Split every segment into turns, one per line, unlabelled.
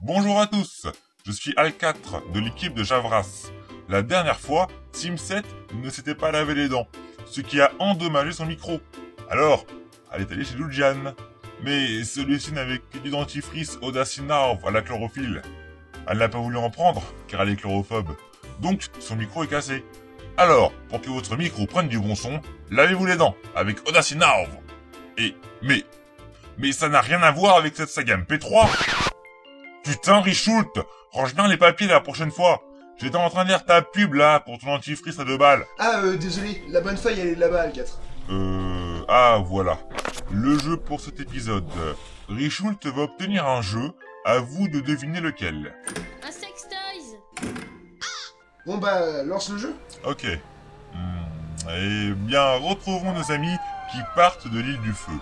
Bonjour à tous, je suis Al4 de l'équipe de Javras. La dernière fois, Sim7 ne s'était pas lavé les dents, ce qui a endommagé son micro. Alors, elle est allée chez Lujan. Mais celui-ci n'avait que du dentifrice Audacinarve à la chlorophylle. Elle n'a pas voulu en prendre, car elle est chlorophobe. Donc, son micro est cassé. Alors, pour que votre micro prenne du bon son, lavez-vous les dents avec Audacinarve. Et, mais, mais ça n'a rien à voir avec cette saga MP3 Putain, Richoult Range bien les papiers la prochaine fois J'étais en train de lire ta pub, là, pour ton dentifrice à deux balles.
Ah, euh, désolé, la bonne feuille, elle est là-bas, Al4.
Euh... Ah, voilà. Le jeu pour cet épisode. Richoult va obtenir un jeu, à vous de deviner lequel.
Un sextoys
Bon, bah, lance le jeu.
Ok. Hmm, Eh bien, retrouvons nos amis qui partent de l'île du feu.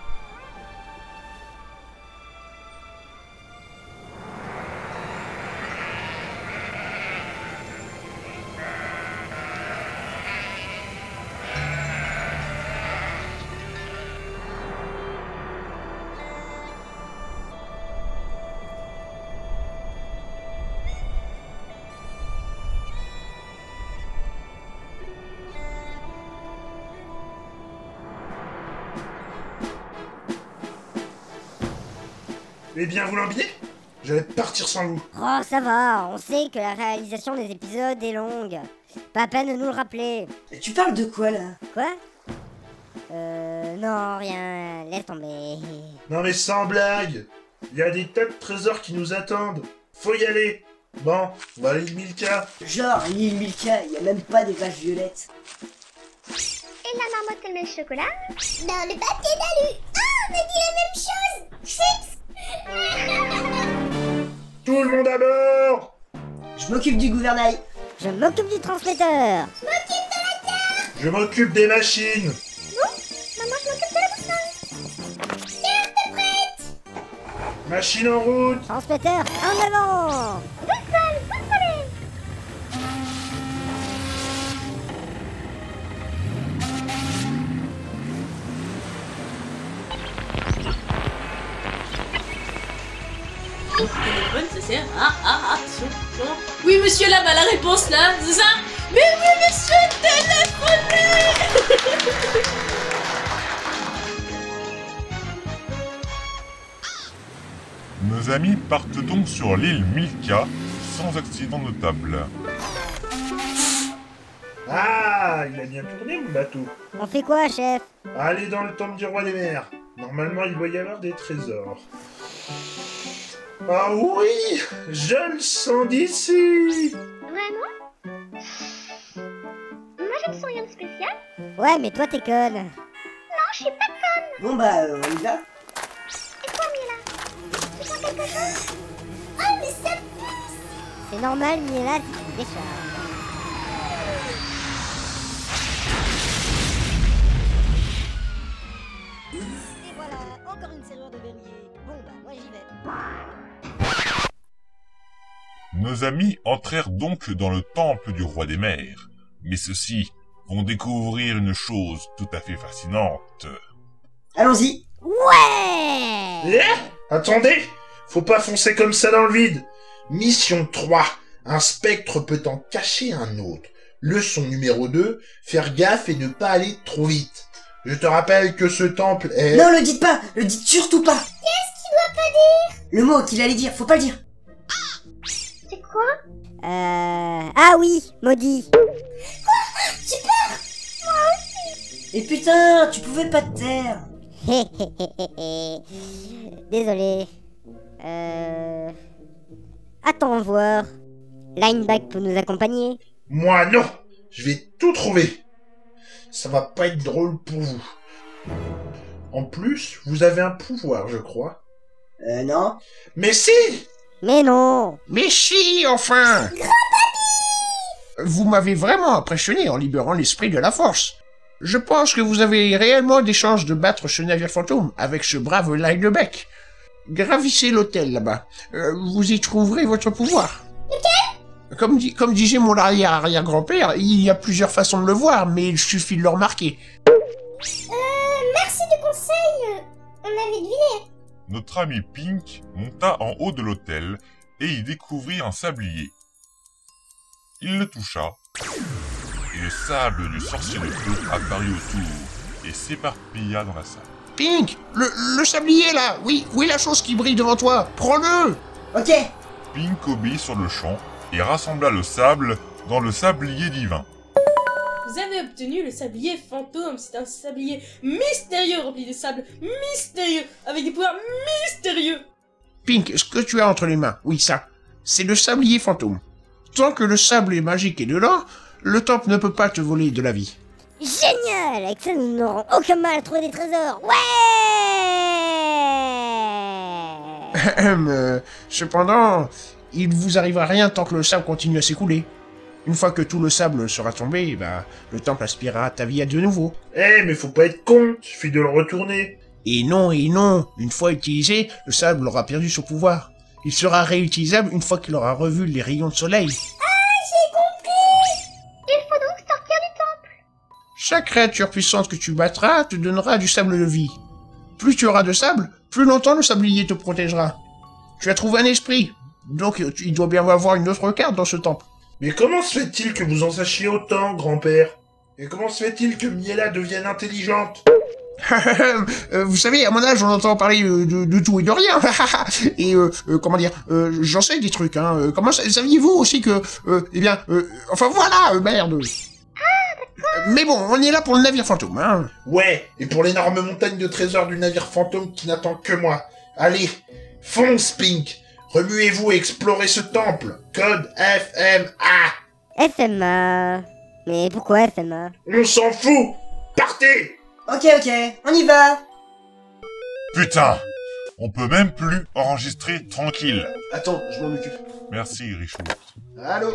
Eh bien, vous l'enviez J'allais partir sans vous.
Oh, ça va, on sait que la réalisation des épisodes est longue. Pas à peine de nous le rappeler.
Tu parles de quoi là
Quoi Euh. Non, rien, laisse tomber.
Non, mais sans blague Il y a des tas de trésors qui nous attendent. Faut y aller Bon, on va aller de Milka.
Genre, l'île Milka, y a même pas des vaches violettes.
Et la marmotte aime le chocolat Dans le papier d'alu Ah, on a dit la même chose Chips
Tout le monde à bord
Je m'occupe du gouvernail.
Je m'occupe du transmetteur.
Je m'occupe des machines
Maman, je m'occupe de la boussole
Machine en route
Transmetteur, en avant
Boussole, boussole
téléphone, ça sert à, à, à, sur, sur. ah, Oui, monsieur, là, bah, la réponse, là, c'est ça Mais oui, monsieur, téléphonez
Nos amis partent donc sur l'île Milka, sans accident notable.
Ah, il a bien tourné, mon bateau.
On fait quoi, chef
Allez dans le temple du roi des mers. Normalement, il doit y avoir des trésors. Ah oui Je le sens d'ici
Vraiment Moi, je ne sens rien de spécial.
Ouais, mais toi, t'es conne.
Non, je suis pas conne.
Bon bah, euh, on y va.
Et toi, Mila Tu sens quelque chose Oh, mais ça pue
C'est normal, mais là, c'est une décharge. Et voilà, encore une serrure de verrier. Bon, bah, moi, j'y vais.
Nos amis entrèrent donc dans le temple du roi des mers, mais ceux-ci vont découvrir une chose tout à fait fascinante.
Allons-y.
Ouais
Eh Attendez Faut pas foncer comme ça dans le vide Mission 3. Un spectre peut en cacher un autre. Leçon numéro 2. Faire gaffe et ne pas aller trop vite. Je te rappelle que ce temple est...
Non, le dites pas, le dites surtout pas. Qu'est-ce qu'il doit pas dire Le mot qu'il allait dire, faut pas le dire.
C'est quoi
Euh... Ah oui, maudit.
Et putain, tu pouvais pas te taire.
Hé, hé, hé, hé, hé. Désolé. Euh... Attends voir. Lineback peut nous accompagner.
Moi non Je vais tout trouver Ça va pas être drôle pour vous. En plus, vous avez un pouvoir, je crois.
Euh, non.
Mais si
Mais non
Mais si, enfin Vous m'avez vraiment impressionné en libérant l'esprit de la force. Je pense que vous avez réellement des chances de battre ce navire fantôme avec ce brave Linebeck. Gravissez l'hôtel là-bas. Euh, vous y trouverez votre pouvoir. Comme, di- comme disait mon arrière-arrière-grand-père, il y a plusieurs façons de le voir, mais il suffit de le remarquer.
Merci du conseil. On avait deviné.
Notre ami Pink monta en haut de l'hôtel et et y découvrit un sablier. Il le toucha, et le sable du sorcier de feu apparut autour et s'éparpilla dans la salle.
Pink, le, le sablier là Oui, où est la chose qui brille devant toi Prends-le
Ok,
Pink obéit sur le champ et rassembla le sable dans le sablier divin.
Vous avez obtenu le sablier fantôme. C'est un sablier mystérieux rempli de sable mystérieux avec des pouvoirs mystérieux.
Pink, ce que tu as entre les mains, oui ça, c'est le sablier fantôme. Tant que le sable est magique et de l'or, le temple ne peut pas te voler de la vie.
Génial Avec ça, nous n'aurons aucun mal à trouver des trésors. Ouais
Ahem, euh, Cependant, il ne vous arrivera rien tant que le sable continue à s'écouler. Une fois que tout le sable sera tombé, eh ben, le temple aspirera ta vie à de nouveau.
Eh, mais faut pas être con, suffit de le retourner.
Et non, et non, une fois utilisé, le sable aura perdu son pouvoir. Il sera réutilisable une fois qu'il aura revu les rayons de soleil.
Ah, Il faut donc sortir du temps.
Chaque créature puissante que tu battras te donnera du sable de vie. Plus tu auras de sable, plus longtemps le sablier te protégera. Tu as trouvé un esprit, donc euh, tu- il doit bien y avoir une autre carte dans ce temple.
Mais comment se fait-il que vous en sachiez autant, grand-père Et comment se fait-il que Miela devienne intelligente
Euh, vous savez, à mon âge, on entend parler euh, de, de tout et de rien. et euh, euh, comment dire, euh, j'en sais des trucs. Hein. Euh, Comment sa- saviez-vous aussi que, euh, eh bien, euh, enfin voilà, euh, merde. Euh, Mais bon, on est là pour le navire fantôme. Hein.
Ouais, et pour l'énorme montagne de trésors du navire fantôme qui n'attend que moi. Allez, fonce, Pink Remuez-vous et explorez ce temple Code FMA
FMA. Mais pourquoi FMA
On s'en fout Partez
ok, ok, on y va.
Putain On peut même plus enregistrer tranquille.
Attends, je m'en occupe.
Merci Richou.
Allô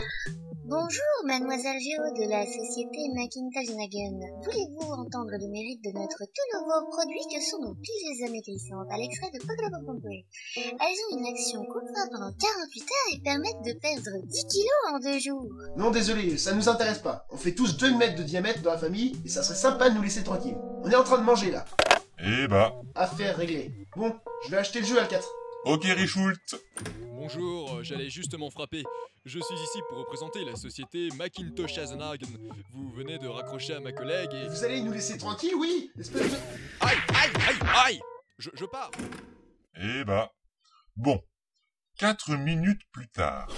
Bonjour, mademoiselle Géo de la société Macintosh Dragon. Voulez-vous entendre le mérite de notre tout nouveau produit que sont nos piges amaigrissantes à l'extrait de Poglapopompé Elles ont une action contraire pendant 48 heures et permettent de perdre 10 kilos en deux jours.
Non, désolé, ça nous intéresse pas. On fait tous 2 mètres de diamètre dans la famille et ça serait sympa de nous laisser tranquille. On est en train de manger là.
Eh bah,
Affaire réglée. Bon, je vais acheter le jeu à 4.
ok Richoult
Bonjour, euh, j'allais justement frapper. Je suis ici pour représenter la société Macintosh Aznagen. Vous venez de raccrocher à ma collègue et...
Vous allez nous laisser tranquille, oui Espèce de.
Aïe, aïe, aïe, aïe je, je pars
Eh bah. Bon. Quatre minutes plus tard.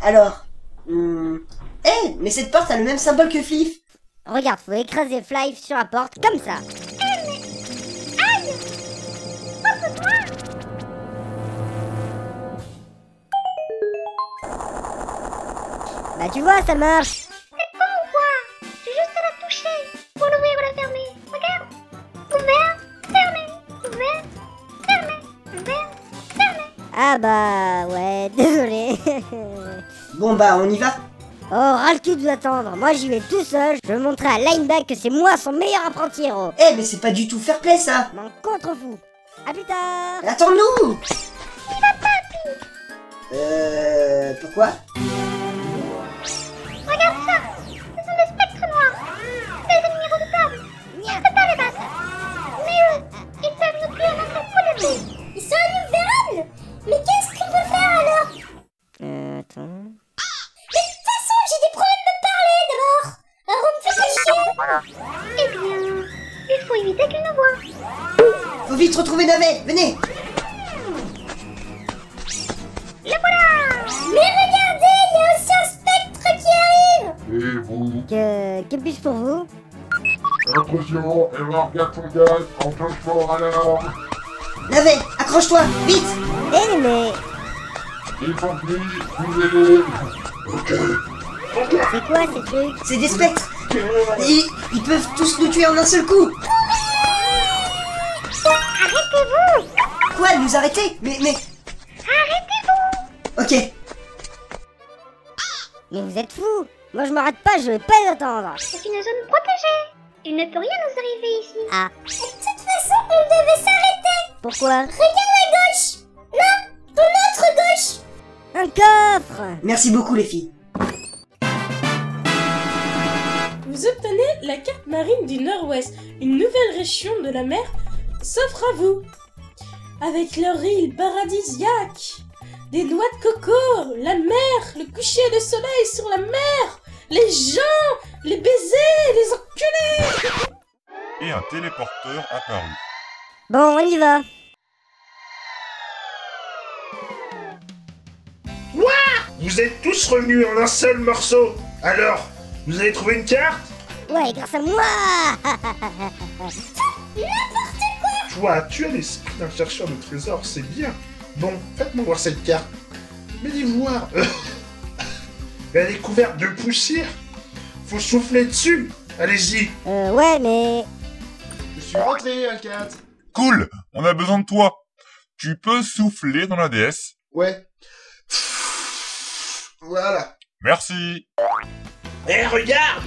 Alors, hmm, eh, mais cette porte a le même symbole que Fliff.
Regarde, faut écraser Fly sur la porte, comme ça. Bah tu vois, ça marche
J'ai juste à la toucher pour l'ouvrir ou la fermer. Regarde Ouvert, fermé, ouvert, fermé, ouvert.
Ah bah ouais, désolé.
Bon bah, on y va.
oh, ras le cul de vous attendre, moi j'y vais tout seul, je vais montrer à Lineback que c'est moi son meilleur apprenti héros.
Eh, mais c'est pas du tout fair play ça.
M'en contre-fou. À plus tard
Attends-nous Euh... Pourquoi
Regarde ça Ce sont des spectres noirs Des ennemis redoutables On ne peut pas les battre Mais eux, ils peuvent nous tuer à notre coup de main Ils sont innombrables Mais qu'est-ce qu'on peut faire alors De
Euh, attends...
toute façon, j'ai des problèmes de parler d'abord Alors on me fait chier Eh bien, il faut éviter qu'ils nous voient
Faut vite retrouver Navet, venez
Le voilà Mais regardez, il y a aussi un spectre qui arrive
Et vous,
Que... euh, Que puis-je pour vous
intrusion et marque ton gaz en plein fort à l'alarme.
Navet, accroche-toi, vite
Eh mais...
Il faut plus vous aider.
C'est quoi ces trucs
C'est des spectres ils, ils peuvent tous nous tuer en un seul coup Arrêtez-vous Quoi, nous arrêter Mais, mais... Arrêtez-vous Ok,
Mais vous êtes fous Moi je m'arrête pas, je vais pas les attendre
C'est une zone protégée Il ne peut rien nous arriver ici
Ah,
De toute façon, on devait s'arrêter
pourquoi
Regarde à gauche Non Ton autre gauche
Un coffre
merci beaucoup les filles.
Vous obtenez la carte marine du Nord-Ouest. Une nouvelle région de la mer s'offre à vous. avec leur île paradisiaque, des noix de coco, la mer, le coucher de soleil sur la mer, les gens, les baisers, les enculés.
et un téléporteur apparut.
Bon, on y va.
Vous êtes tous revenus en un seul morceau. Alors, vous avez trouvé une carte
Ouais, grâce à moi
Toi, tu as l'esprit d'un chercheur de trésors, c'est bien. Bon, faites-moi voir cette carte. Mais dis-moi, euh, elle est couverte de poussière. Faut souffler dessus. Allez-y.
Euh, ouais, mais...
Je suis rentré, Alcat.
Cool, on a besoin de toi. Tu peux souffler dans la DS.
Ouais. Voilà.
Merci.
Eh, regarde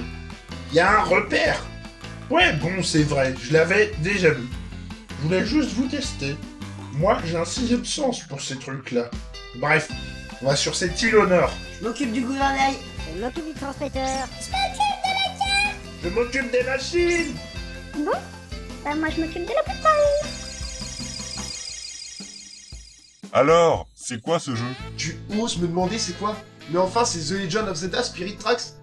Il y a un repère. Ouais, bon, c'est vrai, je l'avais déjà vu. Je voulais juste vous tester. Moi, j'ai un sixième sens pour ces trucs-là. Bref, on va sur cette île au nord.
Je m'occupe du gouvernail.
Je m'occupe euh, du transmetteur.
Je m'occupe des machines
Bah, moi, je m'occupe de la petite.
Alors, c'est quoi ce jeu
Tu oses me demander c'est quoi Mais enfin, c'est The Legend of Zelda Spirit Tracks.